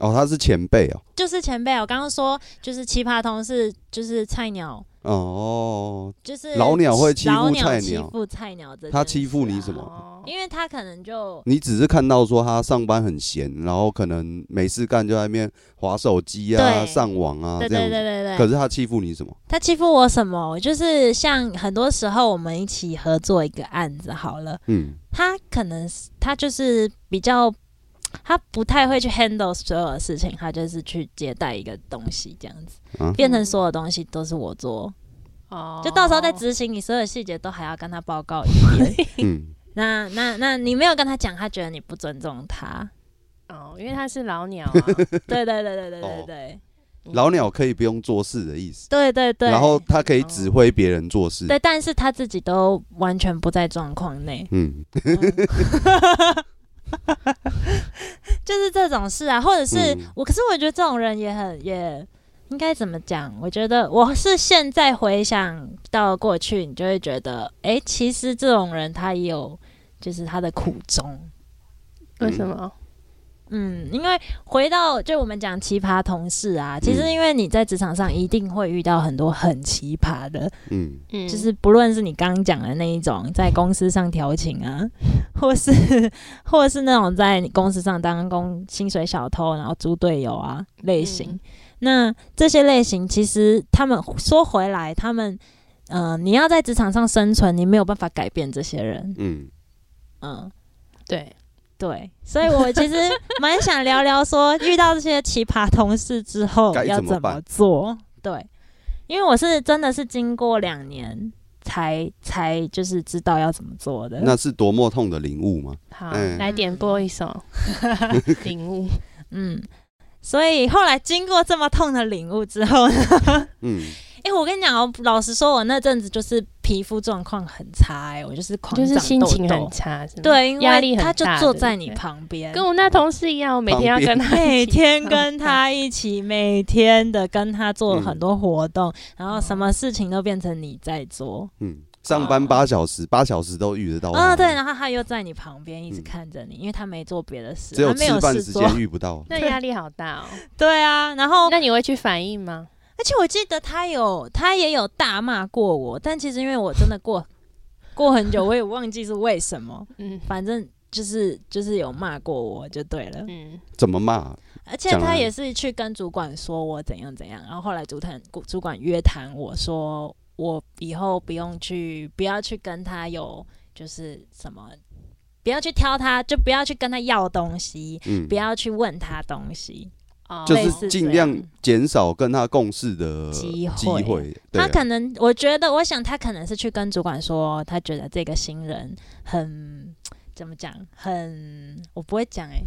Speaker 3: 哦，他是前辈哦，
Speaker 1: 就是前辈，啊我刚刚说，就是奇葩同事，就是菜鸟，
Speaker 3: 哦，
Speaker 1: 就是
Speaker 3: 老鸟会欺负
Speaker 1: 老鸟
Speaker 3: 菜
Speaker 1: 欺
Speaker 3: 鸟
Speaker 1: 负菜鸟这件事啊，
Speaker 3: 他欺负你什么？
Speaker 2: 哦
Speaker 1: 因为他可能就
Speaker 3: 你只是看到说他上班很闲，然后可能没事干就在那边划手机啊、
Speaker 1: 对
Speaker 3: 上网啊
Speaker 1: 对
Speaker 3: 这样
Speaker 1: 对对
Speaker 3: 子。
Speaker 1: 对
Speaker 3: 可
Speaker 1: 对，
Speaker 3: 是他欺负你什么？
Speaker 1: 他欺负我什么？就是像很多时候我们一起合作一个案子好了，
Speaker 3: 嗯，
Speaker 1: 他可能是他就是比较。他不太会去 handle 所有的事情，他就是去接待一个东西这样子，
Speaker 3: 啊
Speaker 1: 变成所有东西都是我做，
Speaker 2: 哦
Speaker 1: 就到时候再执行你所有细节都还要跟他报告一 遍。
Speaker 3: 嗯，
Speaker 1: 那那那你没有跟他讲，他觉得你不尊重 他。
Speaker 2: 哦，因为他是老鸟啊，
Speaker 1: 对对对对对
Speaker 3: 哦
Speaker 1: 对对
Speaker 3: 老鸟可以不用做事的意思，
Speaker 1: 对对对。哦
Speaker 3: 然后他可以指挥别人做事。，
Speaker 1: 对，但是他自己都完全不在状况内
Speaker 3: 嗯，
Speaker 1: 就是这种事啊，或者是、
Speaker 3: 嗯
Speaker 1: 我，可是我觉得这种人也很也应该怎么讲？我觉得我是现在回想到过去，你就会觉得，诶，其实这种人他也有就是他的苦衷。
Speaker 2: 为什么？
Speaker 1: 嗯，因为回到就我们讲奇葩同事啊，其实
Speaker 3: 嗯
Speaker 1: 因为你在职场上一定会遇到很多很奇葩的，
Speaker 3: 嗯，
Speaker 2: 嗯
Speaker 1: 就是不论是你刚讲的那一种在公司上调情啊，或是或是那种在公司上当工薪水小偷，然后猪队友啊类型。
Speaker 2: 嗯
Speaker 1: 那这些类型其实他们说回来，他们呃，你要在职场上生存，你没有办法改变这些人。
Speaker 3: 嗯，
Speaker 1: 嗯，
Speaker 2: 对，
Speaker 1: 对，所以我其实蛮想聊聊说，遇到这些奇葩同事之后
Speaker 3: 该
Speaker 1: 要
Speaker 3: 怎么
Speaker 1: 怎么
Speaker 3: 办
Speaker 1: 做。对，因为我是真的是经过两年才才就是知道要怎么做的。
Speaker 3: 那是多么痛的领悟吗？
Speaker 2: 好，
Speaker 3: 嗯
Speaker 2: 来点播一首 领悟，
Speaker 1: 嗯，所以后来经过这么痛的领悟之后呢，
Speaker 3: 嗯，
Speaker 1: 哎、我跟你讲哦，老实说，我那阵子就是皮肤状况很差、哎，我就是狂
Speaker 2: 就是
Speaker 1: 长
Speaker 2: 心
Speaker 1: 痘
Speaker 2: 情
Speaker 1: 痘
Speaker 2: 很。差，是吗？
Speaker 1: 对，因
Speaker 2: 压力
Speaker 1: 为
Speaker 2: 很
Speaker 1: 他就
Speaker 2: 大
Speaker 1: 坐
Speaker 2: 对
Speaker 1: 在
Speaker 2: 不
Speaker 1: 你
Speaker 2: 对
Speaker 1: 旁边，
Speaker 2: 跟我那同事一样，我每天要 跟他
Speaker 1: 每
Speaker 2: 一起
Speaker 1: 天
Speaker 2: 上
Speaker 1: 跟
Speaker 2: 班
Speaker 1: 他一起，每天的跟他做很多活动，然后
Speaker 2: 哦
Speaker 1: 什么事情都变成你在做。
Speaker 3: 嗯，上班八小时，八小时都遇得到。
Speaker 1: 啊、对，，然后他又在你旁边一直
Speaker 3: 嗯
Speaker 1: 看着你，因为他没做别的事，
Speaker 3: 只有
Speaker 1: 他啊没
Speaker 3: 吃
Speaker 1: 有
Speaker 3: 饭
Speaker 1: 事
Speaker 3: 时
Speaker 1: 做。
Speaker 3: 间遇不到。
Speaker 2: 那压力好大哦。
Speaker 1: 对啊，然后
Speaker 2: 那你会去反应吗？
Speaker 1: 而且我记得他有他也有大骂过我，但其实因为我真的过过很久，我也忘记是为什么，
Speaker 2: 嗯
Speaker 1: 反正就是就是有骂过我就对了。
Speaker 2: 嗯，
Speaker 3: 怎么骂？啊
Speaker 1: 而且
Speaker 3: 讲了
Speaker 1: 他也是去跟主管说我怎样怎样，然后后来主谈主管约谈我说我以后不用去，不要去跟他有就是什么，不要去挑他，就不要去跟他要东西，
Speaker 3: 嗯
Speaker 1: 不，要去问他东西，
Speaker 2: 哦
Speaker 3: 就
Speaker 1: 类
Speaker 3: 是
Speaker 1: 似
Speaker 3: 尽
Speaker 1: 这
Speaker 3: 量
Speaker 1: 样
Speaker 3: 减少跟他共事的
Speaker 1: 机会
Speaker 3: 机会。对啊
Speaker 1: 他可能，我觉得，我想他可能是去跟主管说，他觉得这个新人很怎么讲，很我不会讲哎、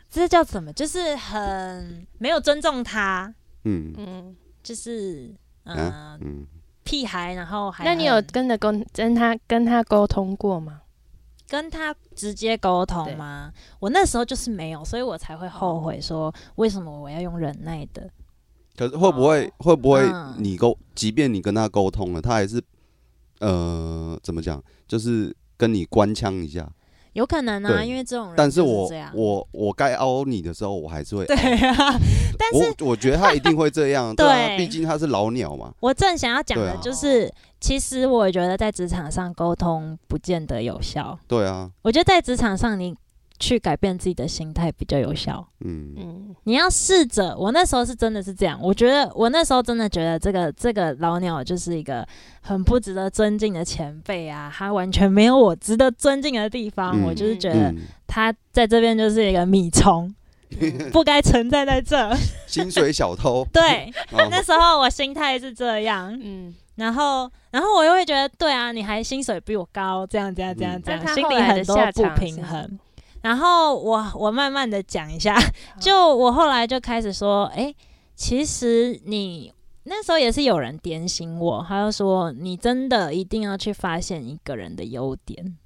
Speaker 1: 这叫怎么？就是很没有尊重他，
Speaker 3: 嗯
Speaker 2: 嗯，
Speaker 1: 就是嗯、呃
Speaker 3: 啊嗯，
Speaker 1: 屁孩，然后还
Speaker 2: 那你有
Speaker 1: 很
Speaker 2: 跟着沟跟他跟他沟通过吗？
Speaker 1: 跟他直接沟
Speaker 2: 对
Speaker 1: 通吗？我那时候就是没有，所以我才会后悔说为什么我要用忍耐的。
Speaker 3: 可是会不会会不会
Speaker 1: 嗯
Speaker 3: 你沟，即便你跟他沟通了，他还是呃怎么讲，就是跟你官腔一下。
Speaker 1: 有可能啊，
Speaker 3: 对
Speaker 1: 因为这种人
Speaker 3: 但
Speaker 1: 就是
Speaker 3: 我
Speaker 1: 这样
Speaker 3: 我我该凹你的时候，我还是会 凹。
Speaker 1: 对啊，但是
Speaker 3: 我我觉得他一定会这 样，对啊，
Speaker 1: 对
Speaker 3: 毕竟他是老鸟嘛。
Speaker 1: 我正想要讲
Speaker 3: 对
Speaker 1: 的
Speaker 3: 啊
Speaker 1: 就是，其实我觉得在职场上沟通不见得有效。
Speaker 3: 对啊，
Speaker 1: 我觉得在职场上，你去改变自己的心态比较有效。
Speaker 3: 嗯
Speaker 2: 嗯，
Speaker 1: 你要试着，我那时候是真的是这样，我觉得我那时候真的觉得这个这个老鸟就是一个很不值得尊敬的前辈啊，他完全没有我值得尊敬的地方，
Speaker 3: 嗯
Speaker 1: 我就是觉得
Speaker 3: 嗯，
Speaker 1: 他在这边就是一个米虫，
Speaker 2: 嗯
Speaker 1: 不该存在在这。。
Speaker 3: 嗯薪水小偷
Speaker 1: 对，
Speaker 3: 哦
Speaker 1: 那时候我心态是这样，
Speaker 2: 嗯，
Speaker 1: 然后，然后我又会觉得，对啊，你还薪水比我高，这样这样这样
Speaker 3: 嗯
Speaker 1: 这
Speaker 2: 那
Speaker 1: 样，
Speaker 2: 他
Speaker 1: 心
Speaker 2: 后
Speaker 1: 里
Speaker 2: 来的
Speaker 1: 很多
Speaker 2: 下
Speaker 1: 不
Speaker 2: 场是
Speaker 1: 平
Speaker 2: 什
Speaker 1: 衡。然后我我慢慢的讲一下，就我后来就开始说，哎、其实你那时候也是有人点醒我，他就说你真的一定要去发现一个人的优点，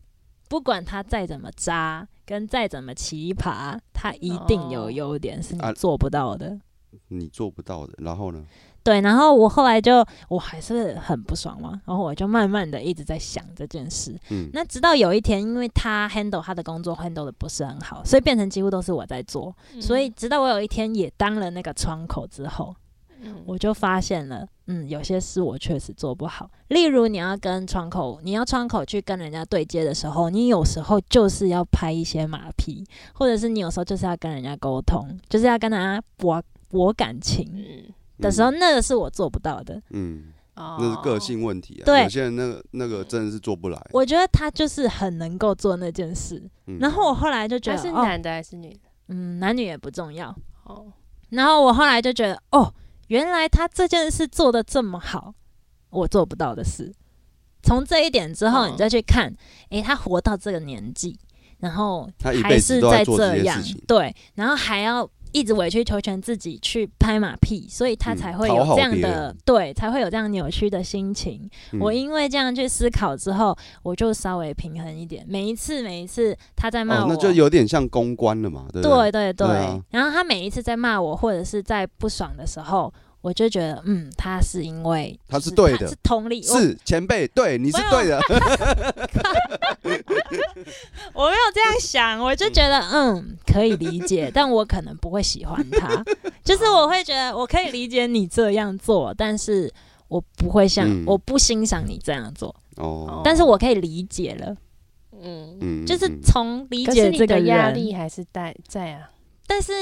Speaker 1: 不管他再怎么渣，跟再怎么奇葩，他一定有
Speaker 2: 哦
Speaker 1: 优点是
Speaker 3: 啊
Speaker 1: 你做不到的。
Speaker 3: 你做不到的。然后呢？
Speaker 1: 对，然后我后来就我还是很不爽嘛，然后我就慢慢的一直在想这件事。
Speaker 3: 嗯，
Speaker 1: 那直到有一天，因为他 handle 他的工作 handle 的不是很好，所以变成几乎都是我在做。所以直到我有一天也当了那个窗口之后，
Speaker 2: 嗯
Speaker 1: 我就发现了，嗯，有些事我确实做不好。例如你要跟窗口，你要窗口去跟人家对接的时候，你有时候就是要拍一些马屁，或者是你有时候就是要跟人家沟通，就是要跟他博博感情
Speaker 2: 嗯
Speaker 1: 的时候，那个是我做不到的。
Speaker 3: 嗯，
Speaker 2: 哦
Speaker 3: 嗯，那是个性问题啊。
Speaker 1: 对嗯
Speaker 3: 有些人那个那个真的是做不来。
Speaker 1: 我觉得他就是很能够做那件事。
Speaker 3: 嗯
Speaker 1: 然后我后来就觉
Speaker 2: 他
Speaker 1: 得，
Speaker 2: 是
Speaker 1: 哦，
Speaker 2: 男的还是女的？
Speaker 1: 嗯，男女也不重要。
Speaker 2: 哦，
Speaker 1: 然后我后来就觉得，哦，原来他这件事做的这么好，我做不到的事。从这一点之后，
Speaker 2: 嗯
Speaker 1: 你再去看，诶、他活到这个年纪，然后
Speaker 3: 他一
Speaker 1: 还
Speaker 3: 辈子
Speaker 1: 是
Speaker 3: 都在
Speaker 1: 在
Speaker 3: 做这
Speaker 1: 这
Speaker 3: 些
Speaker 1: 样
Speaker 3: 事情，，
Speaker 1: 对，然后还要一直委曲求全自己去拍马屁，所以他
Speaker 3: 嗯
Speaker 1: 才会
Speaker 3: 讨
Speaker 1: 有
Speaker 3: 好
Speaker 1: 这样
Speaker 3: 别
Speaker 1: 的
Speaker 3: 人，
Speaker 1: 对，才会有这样扭曲的心情。
Speaker 3: 嗯
Speaker 1: 我因为这样去思考之后，我就稍微平衡一点。每一次，每一次他在骂
Speaker 3: 哦，
Speaker 1: 我，
Speaker 3: 那就有点像公关了嘛，对不
Speaker 1: 对？对对。
Speaker 3: 对啊
Speaker 1: 然后他每一次在骂我，或者是在不爽的时候，我就觉得，嗯，他是因为
Speaker 3: 他
Speaker 1: 就是
Speaker 3: 对的
Speaker 1: 是同理，我
Speaker 3: 是前辈，对，你是
Speaker 1: 没有啊
Speaker 3: 对的。
Speaker 1: 我没有这样想，我就觉得 嗯可以理解，但我可能不会喜欢他。就是我会觉得我可以理解你这样做，但是我不会像、
Speaker 3: 嗯
Speaker 1: 我不欣赏你这样做，
Speaker 3: 哦，
Speaker 1: 但是我可以理解了，
Speaker 2: 嗯，
Speaker 3: 嗯，
Speaker 1: 就是
Speaker 3: 嗯
Speaker 1: 从理
Speaker 2: 可是
Speaker 1: 解
Speaker 2: 你
Speaker 1: 这个
Speaker 2: 的
Speaker 1: 人
Speaker 2: 压力还是在在啊。
Speaker 1: 但是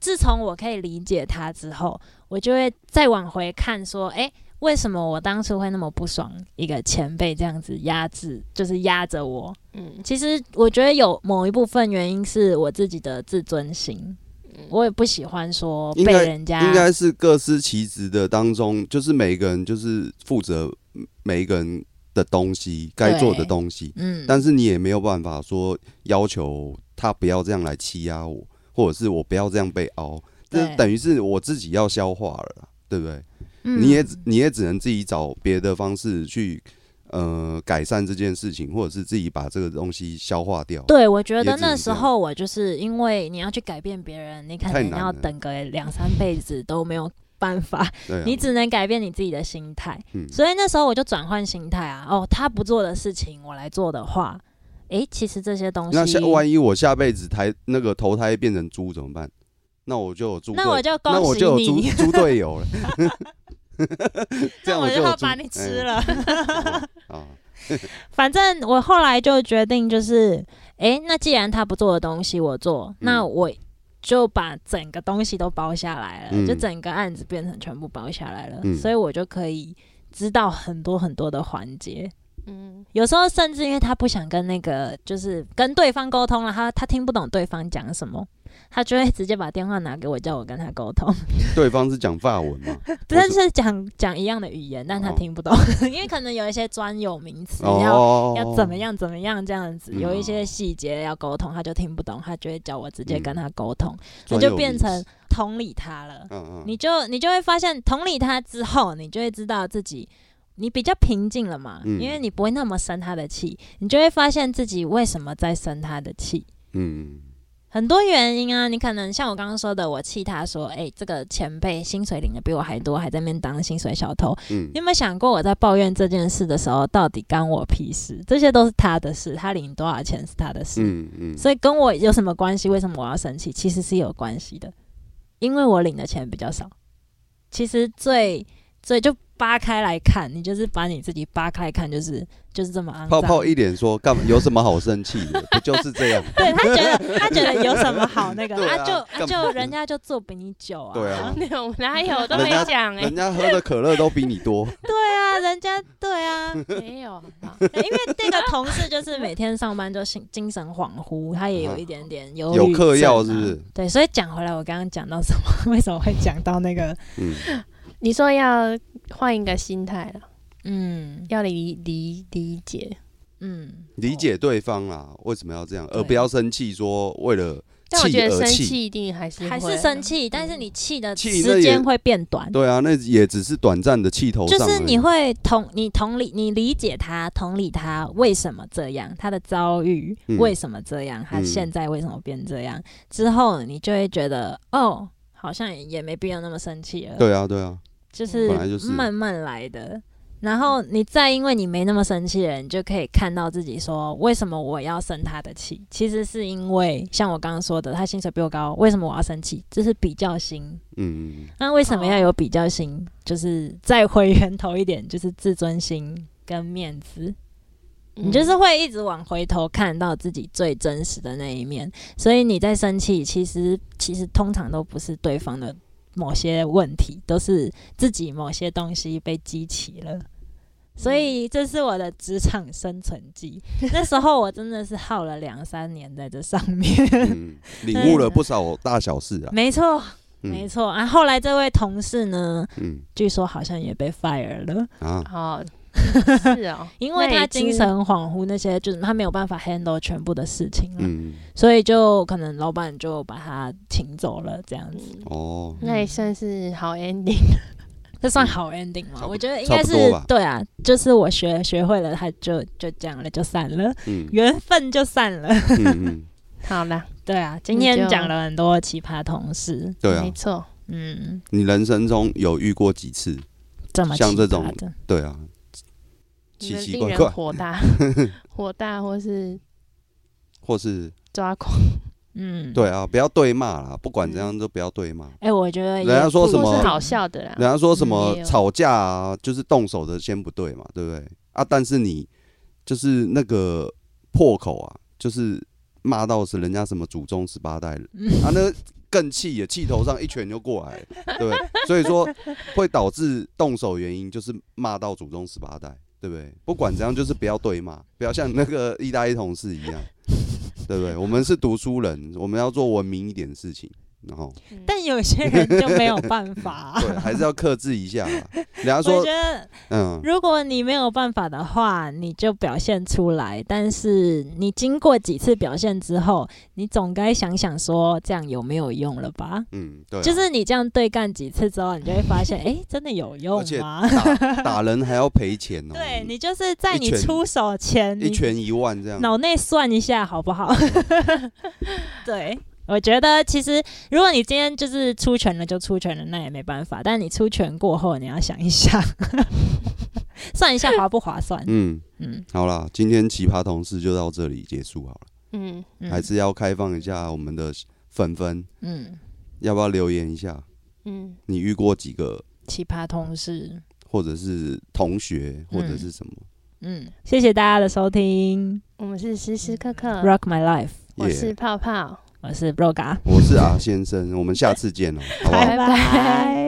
Speaker 1: 自从我可以理解他之后，我就会再往回看，说，诶，为什么我当初会那么不爽一个前辈这样子压制，就是压着我？
Speaker 2: 嗯
Speaker 1: 其实我觉得有某一部分原因是我自己的自尊心，我也不喜欢说
Speaker 3: 应
Speaker 1: 被
Speaker 3: 该
Speaker 1: 人家
Speaker 3: 嗯应该是各司其职的当中，就是每一个人就是负责每一个人的东西，该做的东西。
Speaker 1: 嗯，
Speaker 3: 但是你也没有办法说要求他不要这样来欺压我，或者是我不要这样被凹，
Speaker 1: 对
Speaker 3: 这等于是我自己要消化了啦，对不对？
Speaker 1: 嗯
Speaker 3: 你也只你也只能自己找别的方式去呃改善这件事情，或者是自己把这个东西消化掉。
Speaker 1: 对，我觉
Speaker 3: 也
Speaker 1: 得
Speaker 3: 只
Speaker 1: 那
Speaker 3: 能这
Speaker 1: 时
Speaker 3: 样
Speaker 1: 候我就是因为你要去改变别人，你可
Speaker 3: 太
Speaker 1: 能
Speaker 3: 难
Speaker 1: 要
Speaker 3: 了
Speaker 1: 等个两三辈子都没有办法，
Speaker 3: 对啊，
Speaker 1: 你只能改变你自己的心态。
Speaker 3: 嗯
Speaker 1: 所以那时候我就转换心态啊，哦，他不做的事情我来做的话，诶，其实这些东西，
Speaker 3: 那下万一我下辈子台那个投胎变成猪怎么办？那我就有猪队，
Speaker 1: 那我就恭
Speaker 3: 那我
Speaker 1: 喜
Speaker 3: 就有猪
Speaker 1: 你
Speaker 3: 猪队友了。这
Speaker 1: 那
Speaker 3: 样
Speaker 1: 我
Speaker 3: 就
Speaker 1: 就
Speaker 3: 有
Speaker 1: 要
Speaker 3: 猪
Speaker 1: 把你吃了。
Speaker 3: 哎啊！
Speaker 1: 反正我后来就决定就是，诶，那既然他不做的东西我做，那
Speaker 3: 嗯
Speaker 1: 我。就把整个东西都包下来了，
Speaker 3: 嗯
Speaker 1: 就整个案子变成全部包下来了，
Speaker 3: 嗯
Speaker 1: 所以我就可以知道很多很多的环节。
Speaker 2: 嗯
Speaker 1: 有时候甚至因为他不想跟那个，就是跟对方沟通了，他他听不懂对方讲什么，他就会直接把电话拿给我，叫我跟他沟 通。
Speaker 3: 对方是讲法文 嘛？
Speaker 1: 但是讲讲一样的语言，但他
Speaker 3: 哦
Speaker 1: 听不懂，因为可能有一些专有名词要、
Speaker 3: 哦，
Speaker 1: 要怎么？样怎么样这样子，
Speaker 3: 嗯
Speaker 1: 有一些细节要沟通，他就听不懂，他就会叫我直
Speaker 3: 嗯
Speaker 1: 接跟他沟通，那
Speaker 3: 专有
Speaker 1: 就变
Speaker 3: 名词
Speaker 1: 成同理他了。
Speaker 3: 嗯嗯，
Speaker 1: 你就你就会发现，同理他之后，你就会知道自己你比较平静了嘛，
Speaker 3: 嗯
Speaker 1: 因为你不会那么生他的气，你就会发现自己为什么在生他的气。
Speaker 3: 嗯
Speaker 1: 很多原因啊，你可能像我刚刚说的，我气他说，哎、这个前辈薪水领的比我还多，还在那边当薪水小偷。
Speaker 3: 嗯
Speaker 1: 你有没有想过，我在抱怨这件事的时候，到底干我屁事？这些都是他的事，他领多少钱是他的事。
Speaker 3: 嗯嗯，
Speaker 1: 所以跟我有什么关系？为什么我要生气？其实是有关系的，因为我领的钱比较少。其实最最就扒开来看，你就是把你自己扒开看，就是就是这么肮脏。
Speaker 3: 泡泡一脸说干嘛？有什么好生气的？不就是这 样？
Speaker 1: 对他觉得他觉得有什么好那个
Speaker 3: 对啊
Speaker 1: 就啊
Speaker 3: 干嘛
Speaker 1: 就人家就做比你久啊，
Speaker 3: 对啊，
Speaker 2: 没有，我哪有都
Speaker 3: 人
Speaker 2: 没
Speaker 3: 家
Speaker 2: 讲哎
Speaker 3: 人，家喝的可乐都比你 多。
Speaker 1: 对啊，人家对啊，
Speaker 2: 没有，好不好
Speaker 1: 因为那个同事就是每天上班就心精神恍惚，他也有一点点忧郁
Speaker 3: 有嗑
Speaker 1: 症
Speaker 3: 药
Speaker 1: 啊
Speaker 3: 是不是？
Speaker 1: 对，所以讲回来，我刚刚讲到什么？ 为什么会讲到那个？
Speaker 3: 嗯，
Speaker 2: 你说要换一个心态了，
Speaker 1: 嗯，
Speaker 2: 要理理理解，
Speaker 1: 嗯，
Speaker 3: 理解对方啦，为什么要这样，而
Speaker 1: 对
Speaker 3: 不要生气，说为了
Speaker 2: 但我
Speaker 3: 气
Speaker 2: 觉得
Speaker 3: 而
Speaker 2: 生
Speaker 3: 气。
Speaker 2: 气一定还是
Speaker 1: 还
Speaker 2: 会
Speaker 1: 是
Speaker 2: 啊
Speaker 1: 生气，但是你气的
Speaker 3: 气那
Speaker 1: 时
Speaker 3: 也
Speaker 1: 间会变短。
Speaker 3: 对啊，那也只是短暂的气头
Speaker 1: 就
Speaker 3: 上而已。
Speaker 1: 是你会同你同理你理解他，同理他为什么这样，他的遭遇
Speaker 3: 嗯
Speaker 1: 为什么这样，他
Speaker 3: 嗯
Speaker 1: 现在为什么变这样，之后你就会觉得哦，好像也没必要那么生气了，
Speaker 3: 对啊，对啊，
Speaker 1: 就是
Speaker 3: 本来就是
Speaker 1: 慢慢来的。然后你再因为你没那么生气了，你就可以看到自己说为什么我要生他的气，其实是因为像我刚刚说的，他薪水比我高，为什么我要生气？这是比较心
Speaker 3: 嗯，
Speaker 1: 那为什么要有比较心？就是再回源头一点，就是自尊心跟面子。
Speaker 2: 嗯
Speaker 1: 你就是会一直往回头看到自己最真实的那一面，所以你在生气，其实其实通常都不是对方的某些问题，都是自己某些东西被激起了。所以这是我的职场生存记。那时候我真的是耗了两三年在这上面，
Speaker 3: 嗯，领悟了不少大小事啊。
Speaker 1: 没错，
Speaker 3: 嗯
Speaker 1: 没错。啊，后来这位同事呢，
Speaker 3: 嗯
Speaker 1: 据说好像也被 fire 了，
Speaker 3: 啊，
Speaker 2: 哦，是哦，
Speaker 1: 因为他
Speaker 2: 那一只
Speaker 1: 精神恍惚，那些就是他没有办法 handle 全部的事情了，
Speaker 3: 嗯，
Speaker 1: 所以就可能老板就把他请走了，这样
Speaker 2: 嗯
Speaker 1: 子，
Speaker 3: 哦，
Speaker 2: 那也算是好 ending。
Speaker 1: 这算好 ending
Speaker 3: 嗯
Speaker 1: 吗？
Speaker 3: 差不多
Speaker 1: 我觉得应该是
Speaker 3: 差不多吧
Speaker 1: 对啊，就是我学学会了，他就就这样了，就散了，
Speaker 3: 嗯
Speaker 1: 缘分就散了。
Speaker 3: 嗯嗯，
Speaker 2: 好啦，
Speaker 1: 对啊，今
Speaker 2: 你
Speaker 1: 天
Speaker 2: 就
Speaker 1: 讲了很多奇葩同事，
Speaker 3: 对啊
Speaker 2: 没，错，
Speaker 1: 嗯，
Speaker 3: 你人生中有遇过几次？
Speaker 1: 这么
Speaker 3: 像
Speaker 1: 奇
Speaker 3: 这
Speaker 1: 葩
Speaker 3: 种
Speaker 1: 的
Speaker 3: 对啊，
Speaker 2: 你
Speaker 3: 奇
Speaker 2: 们
Speaker 3: 奇
Speaker 2: 令
Speaker 3: 怪
Speaker 2: 人
Speaker 3: 怪，
Speaker 2: 火 大，火大或是
Speaker 3: 或是
Speaker 2: 抓狂，
Speaker 1: 嗯，
Speaker 3: 对啊，不要对骂啦，不管怎样都不要对骂。
Speaker 1: 哎、我觉得
Speaker 3: 人
Speaker 1: 也
Speaker 3: 家说
Speaker 1: 不
Speaker 3: 什
Speaker 2: 或
Speaker 3: 么
Speaker 2: 是好笑的啦。
Speaker 3: 人家说
Speaker 2: 嗯
Speaker 3: 什
Speaker 2: 也
Speaker 3: 么
Speaker 2: 有
Speaker 3: 吵架啊，就是动手的先不对嘛，对不对？啊，但是你就是那个破口啊，就是骂到是人家什么祖宗十八代人、啊，那更气也气头上一拳就过来，对不对？所以说会导致动手原因就是骂到祖宗十八代，对不对？不管怎样，就是不要对骂，不要像那个意大利同事一样，对不对？我们是读书人，我们要做文明一点的事情，然后。
Speaker 2: 嗯
Speaker 1: 但有些人就没有办法、
Speaker 3: 对，还是要克制一下啦。人家
Speaker 1: 我
Speaker 3: 说
Speaker 1: 觉，得
Speaker 3: 嗯，
Speaker 1: 如果你没有办法的话，你就表现出来。但是你经过几次表现之后，你总该想想说这样有没有用了吧？
Speaker 3: 嗯，对啊、
Speaker 1: 就是你这样对干几次之后，你就会发现，哎、真的有用
Speaker 3: 而且
Speaker 1: 吗？
Speaker 3: 打打人还要赔钱 哦。
Speaker 1: 对你就是在
Speaker 3: 一
Speaker 1: 你
Speaker 3: 拳
Speaker 1: 出手前，
Speaker 3: 一
Speaker 1: 你
Speaker 3: 拳一万这样。
Speaker 1: 脑内算一下好不好？ 对。我觉得其实，如果你今天就是出拳了，就出拳了，那也没办法。但你出拳过后，你要想一下， 算一下划不划算。
Speaker 3: 嗯，
Speaker 1: 嗯，
Speaker 3: 好啦，今天奇葩同事就到这里结束好了，
Speaker 2: 嗯，
Speaker 1: 嗯
Speaker 3: 还是要开放一下我们的粉粉，
Speaker 1: 嗯，
Speaker 3: 要不要留言一下？
Speaker 2: 嗯，
Speaker 3: 你遇过几个，
Speaker 1: 奇葩同事，
Speaker 3: 或者是同学，或者是什么？
Speaker 1: 嗯，谢谢大家的收听
Speaker 2: 我们是时时刻刻，
Speaker 1: ，Rock My Life，
Speaker 2: 我
Speaker 3: 耶
Speaker 2: 是泡泡，
Speaker 1: 我是 Broga，
Speaker 3: 啊 我是阿先生，我们下次见哦，好不好？
Speaker 2: 拜拜
Speaker 1: 拜